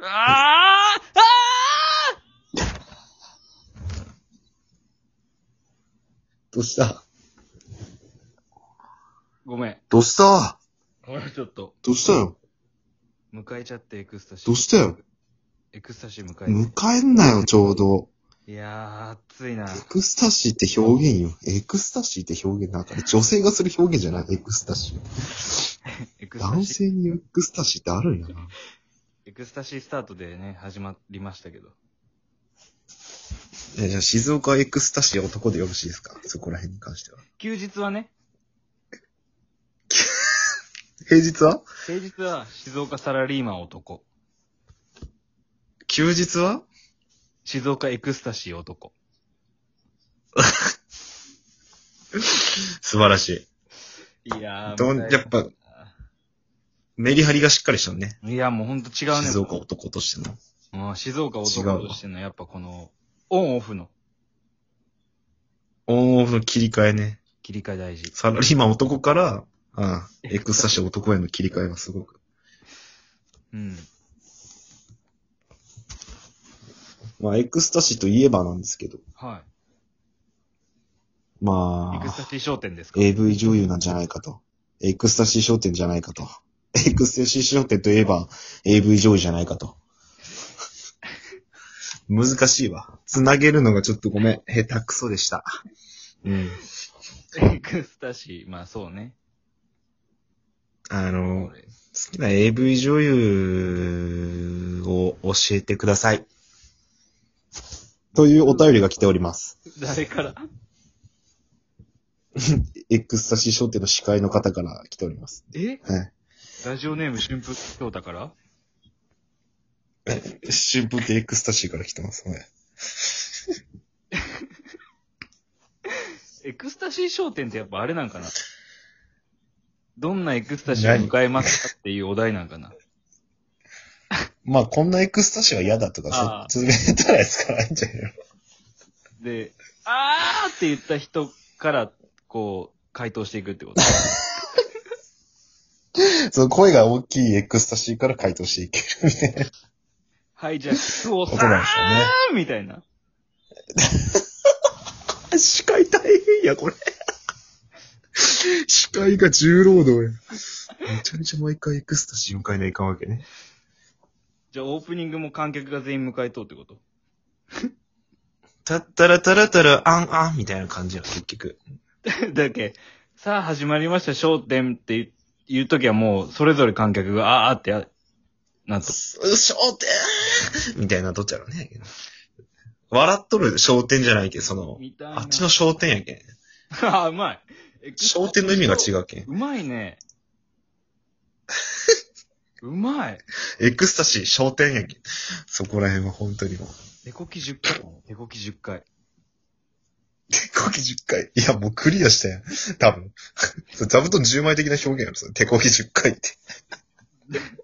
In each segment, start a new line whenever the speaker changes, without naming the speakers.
あーあー
どうした
ごめん。
どうした
これちょっと、
どうしたよ
迎えちゃってエクスタシー。
どうしたよ
エクスタシー迎え
迎えんなよ、ちょうど。
て。いやー、暑いな。
エクスタシーって表現よ。エクスタシーって表現なんか、女性がする表現じゃない、エクスタシー。
エクスタ
男
シー、
性にエクスタシーってあるんやな。
エクスタシースタートでね、始まりましたけど。
えじゃあ静岡エクスタシー男でよろしいですかそこら辺に関しては。
休日はね、
平日は
平日は静岡サラリーマン男。
休日は
静岡エクスタシー男。
素晴らしい。
いやー、
どん、
もう
やっぱ、メリハリがしっかりしたね。
いや、もうほんと違うね。
静岡男としての。
もう静岡男としての、やっぱこの、オンオフの
オンオフの切り替えね。
切り替え大事。
サラリーマン男から、うん、エクスタシー男への切り替えがすごく。
うん。
まあ、エクスタシーといえばなんですけど、
は
ま
い。エクスタ
あ、
シー商店ですか
AV 女優なんじゃないかと。エクスタシー商店じゃないかと。エクスタシー商店といえば、AV 女優じゃないか と。難しいわ。つなげるのがちょっとごめん。下手くそでした。うん。
エクスタシー、まあそうね。
あの
そう、です
好きな AV 女優を教えてください。というお便りが来ております。
誰から
エクスタシー商店の司会の方から来ております。
え
はい。
ラジオネーム春風京太から
新聞ってエクスタシーから来てますね。
エクスタシー商店ってやっぱあれなんかなどんなエクスタシーを迎えますかっていうお題なんかな
まあ、こんなエクスタシーは嫌だと
あ
か
あ、
続けたらですから、いいんじゃないの
で、あーって言った人から、こう、回答していくってこと。
その声が大きいエクスタシーから回答していけるみたいな
はい、じゃあ、ク
こ
オさ
となん
ー
ですよね。
んみたいな。
司会大変や、これ。司会が重労働や。めちゃめちゃ毎回エクスタシー迎えないかんわけね。
じゃあ、オープニングも観客が全員迎えとうってこと
たったらたらたら、あんあんみたいな感じや、結局。
だっけ、さあ始まりました、商店って言う言うときはもう、それぞれ観客が、あーあーってや、なんと。
焦点みたいなとっちゃろうね。笑っとる焦点じゃないけど、その、
みたいな。
あっちの焦点やけん。
あー、うまい。エクスタ
焦点の意味が違うけん。
うまい ね。うまい。
エクスタシー焦点やけん。そこら辺は本当にもう。
手こき10回。手こき10回。
手こき10回。いや、もうクリアしたやん。多分。 それ座布団10枚的な表現やろ、それ。手こき10回って。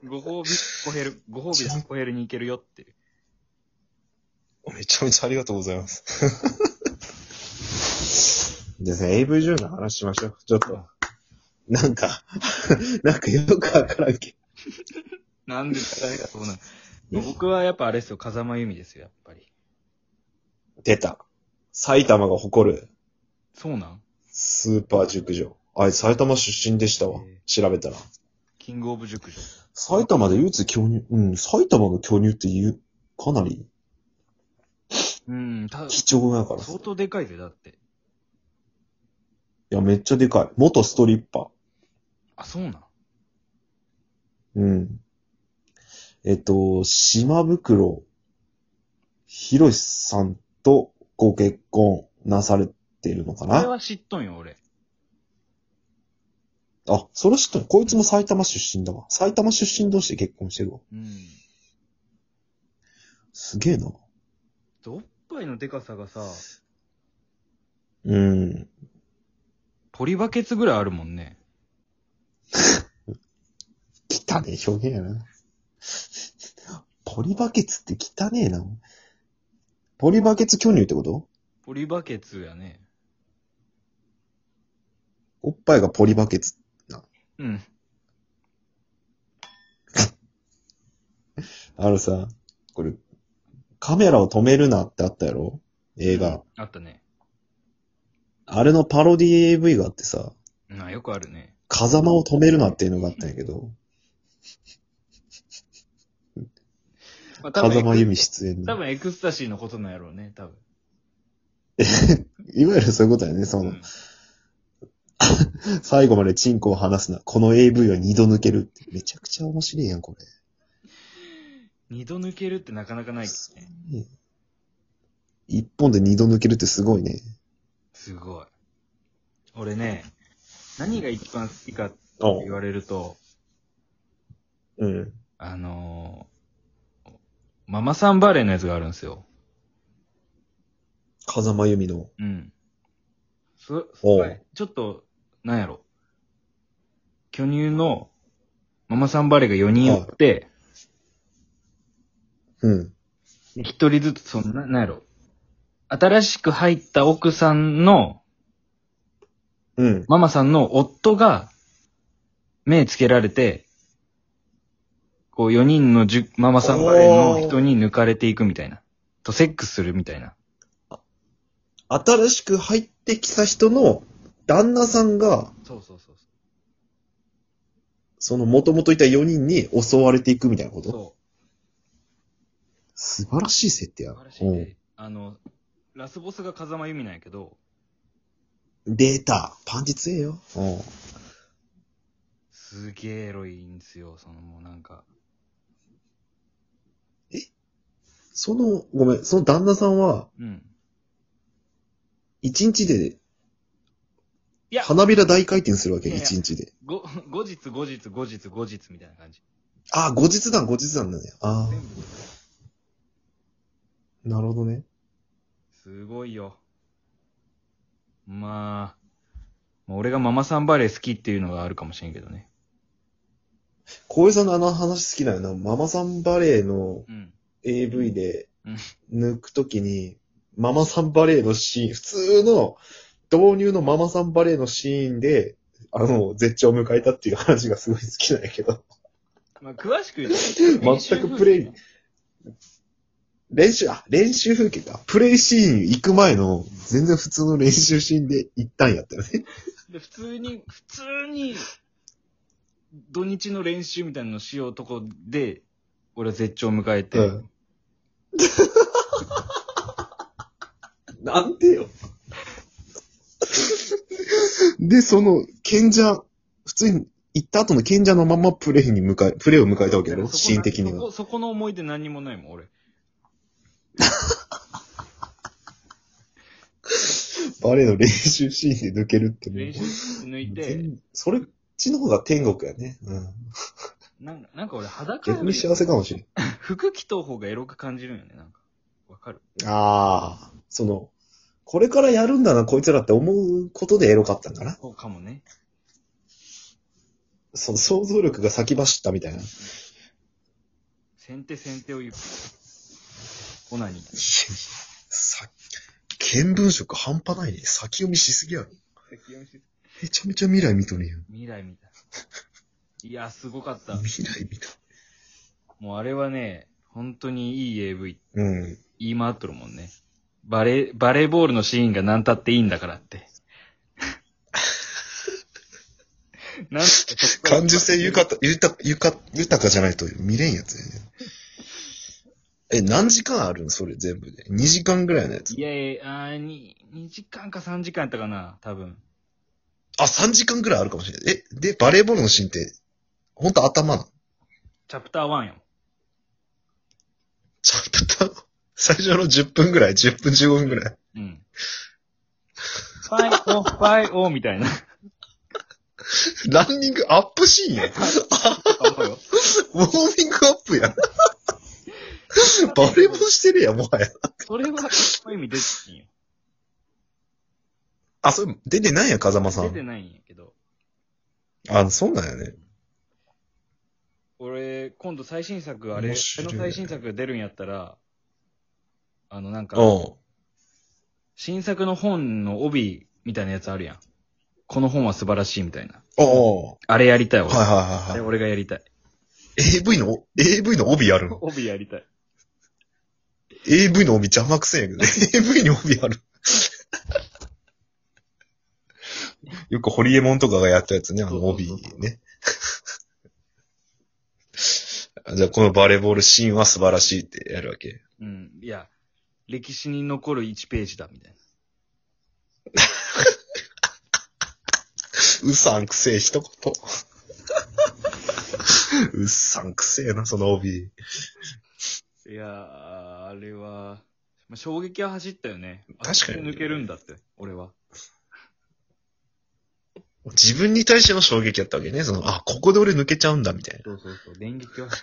ご褒美、小ヘル、ご褒美です、小ヘルに行けるよっていう。
めちゃめちゃありがとうございます。 ですね、AV 女優の話しましょう。ちょっと。なんか、 なんかよくわからんけど
なんで誰がそうなの僕はやっぱあれですよ、風間由美ですよ、やっぱり。
出た。埼玉が誇る
そうなん
スーパー熟女。あいつ埼玉出身でしたわ
へえ。
調べたら。
キングオブ塾女。
埼玉で唯一巨乳、うん、埼玉の巨乳って言う、かなり
うん、た、
貴重だから。い
相当でかいぜ、だって。
や、めっちゃでかい。元ストリッパ
あ、そうなん
ー。うん。えっと、島袋、ひろしさんとご結婚なされているのか
俺
な
は知っとんよ、俺。
あ、それ知ってる。こいつも埼玉出身だわ。埼玉出身同士で結婚してるわ。
うん。
すげえな。
おっぱいのでかさがさ、
うん。
ポリバケツぐらいあるもんね。
汚ねえ表現やな。ポリバケツって汚ねえな。ポリバケツ巨乳ってこと
ポリバケツやね。
おっぱいがポリバケツ。
うん。
あのさ、これ、カメラを止めるなってあったやろ映画。
あったね。
あれのパロディ AV があってさ、
なよくあるね。
風間を止めるなっていうのがあったんやけど、
まあ、多
風間
分
由美出演
多
の。
分エクスタシーのことなんやろうね、多分。
いわゆるそういうことやね、その、
うん
最後までチンコを離すな。この AV は二度抜けるって。めちゃくちゃ面白いやん、これ。
二度抜けるってなかなかないけどね。
ね一本で二度抜けるってすごいね。
すごい。俺ね、何が一番好きかって
お
言われると、
うん。
あのーママさんバレーのやつがあるんですよ。
風間由美の。
うん。そ、
おう
はいちょっと、なんやろ。巨乳のママさんバレーが4人おって、
うん。
で一人ずつ、その、ななんやろ。新しく入った奥さんの、
うん。
ママさんの夫が、目つけられて、こう4人のじゅママさんバレーの人に抜かれていくみたいな。と、セックスするみたいな。
新しく入ってきた人の旦那さんが、
そうそうそうそ
その元々いた4人に襲われていくみたいなこ
う。
と
そう。
素晴らしい設定や
素晴らしいね。あの、ラスボスが風間由美なんやけど、
うんデータ、パンチ強えよ。うん
すげえエロいんですよ。そのもうなんか、
その、ごめん、その旦那さんは、
うん。
1日で
いや、
花びら大回転するわけ、
いやいや
1日で。
ご、 後日後日後日後日みたいな感じ。
ああ、後日談、後日談だね。あ
全部
あ、なるほどね。
すごいよ。まあ、もう俺がママさんバレー好きっていうのがあるかもしれんけどね。
小江さんのあの話好きだよな。ママさんバレーの
うん。
AV で
うん
抜くときに、ママさんバレーのシーン、普通の導入のママさんバレーのシーンで、あの、絶頂を迎えたっていう話がすごい好きなんやけど。
まあ、詳しく言うと
全くプレイ。練習、あ、練習風景か。プレイシーン行く前の、全然普通の練習シーンで行ったんやったよね。
で、普通に、普通に、土日の練習みたいなのしようとこで、俺は絶頂を迎えて、
うんなんでよ。で、その、賢者、普通に行った後の賢者のままプレイに迎え、プレイを迎えたわけだろ
そこな
シーン的に
そ
は。
こ、そこの思い出何にもないもん、俺。
バレエの練習シーンで抜けるってもう
練習抜いて、
全それっちの方が天国やね。うん。
なんか、なんか俺裸よ
逆に
り
幸せかもしれん。
服着とう方がエロく感じるんよね、なんか。わかる
ああ、その、これからやるんだな、こいつらって思うことでエロかったんかな。
そうかもね。
その想像力が先走ったみたいな。い
先手先手を言う。オナニー。
さ、見聞色半端ないね。先読みしすぎやろ。めちゃめちゃ未来見とるやん。
未来みたい。いや、すごかった。
未来見た。
もうあれはね、本当にいい AV。
うん。
言い回っとるもんね。バレー、バレーボールのシーンが何たっていいんだか らって。なんてそっから
感受性豊か、豊か、豊か豊かじゃないと見れんやつやね。え、何時間あるんそれ全部で。2時間ぐらいのやつ
い。やいや、あーに、2時間か3時間やったかな、多分。
あ、3時間ぐらいあるかもしれない。え、で、バレーボールのシーンって、ほんと頭なの
チャプター1やもん。
ちょっと、最初の10分ぐらい、10分15分ぐらい。
うん。 ファイオ、ファイオみ たいな。
ランニングアップシーンやん。ウ
思うよ
ォーミングアップやん。バレーボールしてるやん、もはや。
それは、そういう意味出てんよ。
あ、それ、出てないやん、風間さ
出て
ん。
ないんやけど。
あ、そうなんやね。
俺、今度最新作、あれ、
面
あ
白い
の
ね
最新作が出るんやったら、あの、なんか、
う
新作の本の帯みたいなやつあるやん。この本は素晴らしいみたいな。
ん。おうおう
あれやりたい、
はい
俺。
はい
あ
はい
れ
はい。
俺がやりたい。
AV の、AV の帯あるの
帯やりたい。
?AV の帯邪魔くせえんや けど、AV に帯ある。よくホリエモンとかがやったやつね、あの帯
そうそう
ね。あじゃあこのバレーボールシーンは素晴らしいってやるわけ。
うん。いや、歴史に残る1ページだ、みたいな。
うさんくせえ一言。 うさんくせえな、その帯。
いやー、あれは、まあ、衝撃は走ったよね。
確かに
あ抜けるんだって、俺は。
自分に対しての衝撃やったわけね。その、あ、ここで俺抜けちゃうんだ、みたいな。
そうそうそう。電撃は走っ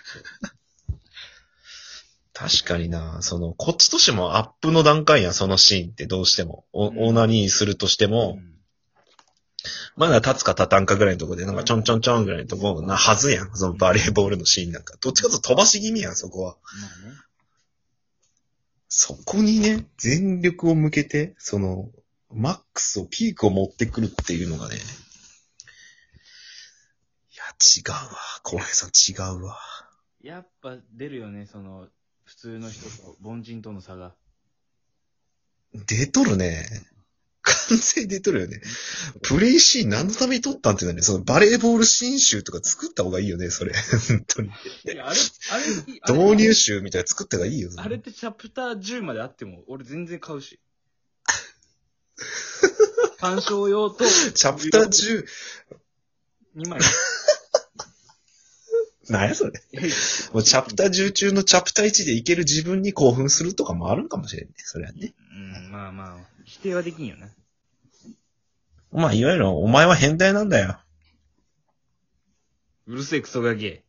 確かにな、その、こっちとしてもアップの段階やん、そのシーンってどうしても。お、
うん
オーナニーするとして
た
も、
うん
まだ立つか立たんかぐらいのとこで、なんかちょんちょんちょんぐらいのとこなはずやん。そのバレーボールのシーンなんか。どっちかというと飛ばし気味やん、そこは。
まあね。
そこにね、全力を向けて、その、マックスを、ピークを持ってくるっていうのがね、いや、違うわ。浩平さん違うわ。
やっぱ出るよね、その、普通の人と凡人との差が。
出とるね。完全に出とるよね。プレイシーン何のために撮ったんっていうのはね、そのバレーボール新集とか作った方がいいよね、それ。本当に。
いや、あれ、あれ、
導入集みたいなの作った方がいいよ。それ
あれってチャプター10まであっても、俺全然買う し。鑑賞用と、
チャプター10、
2枚。
何やそれ。もうチャプター10中のチャプター1でいける自分に興奮するとかもあるんかもしれんね。それはね。
うん、まあまあ、否定はできんよな。
まあ、いわゆるお前は変態なんだよ。
うるせえクソガキ。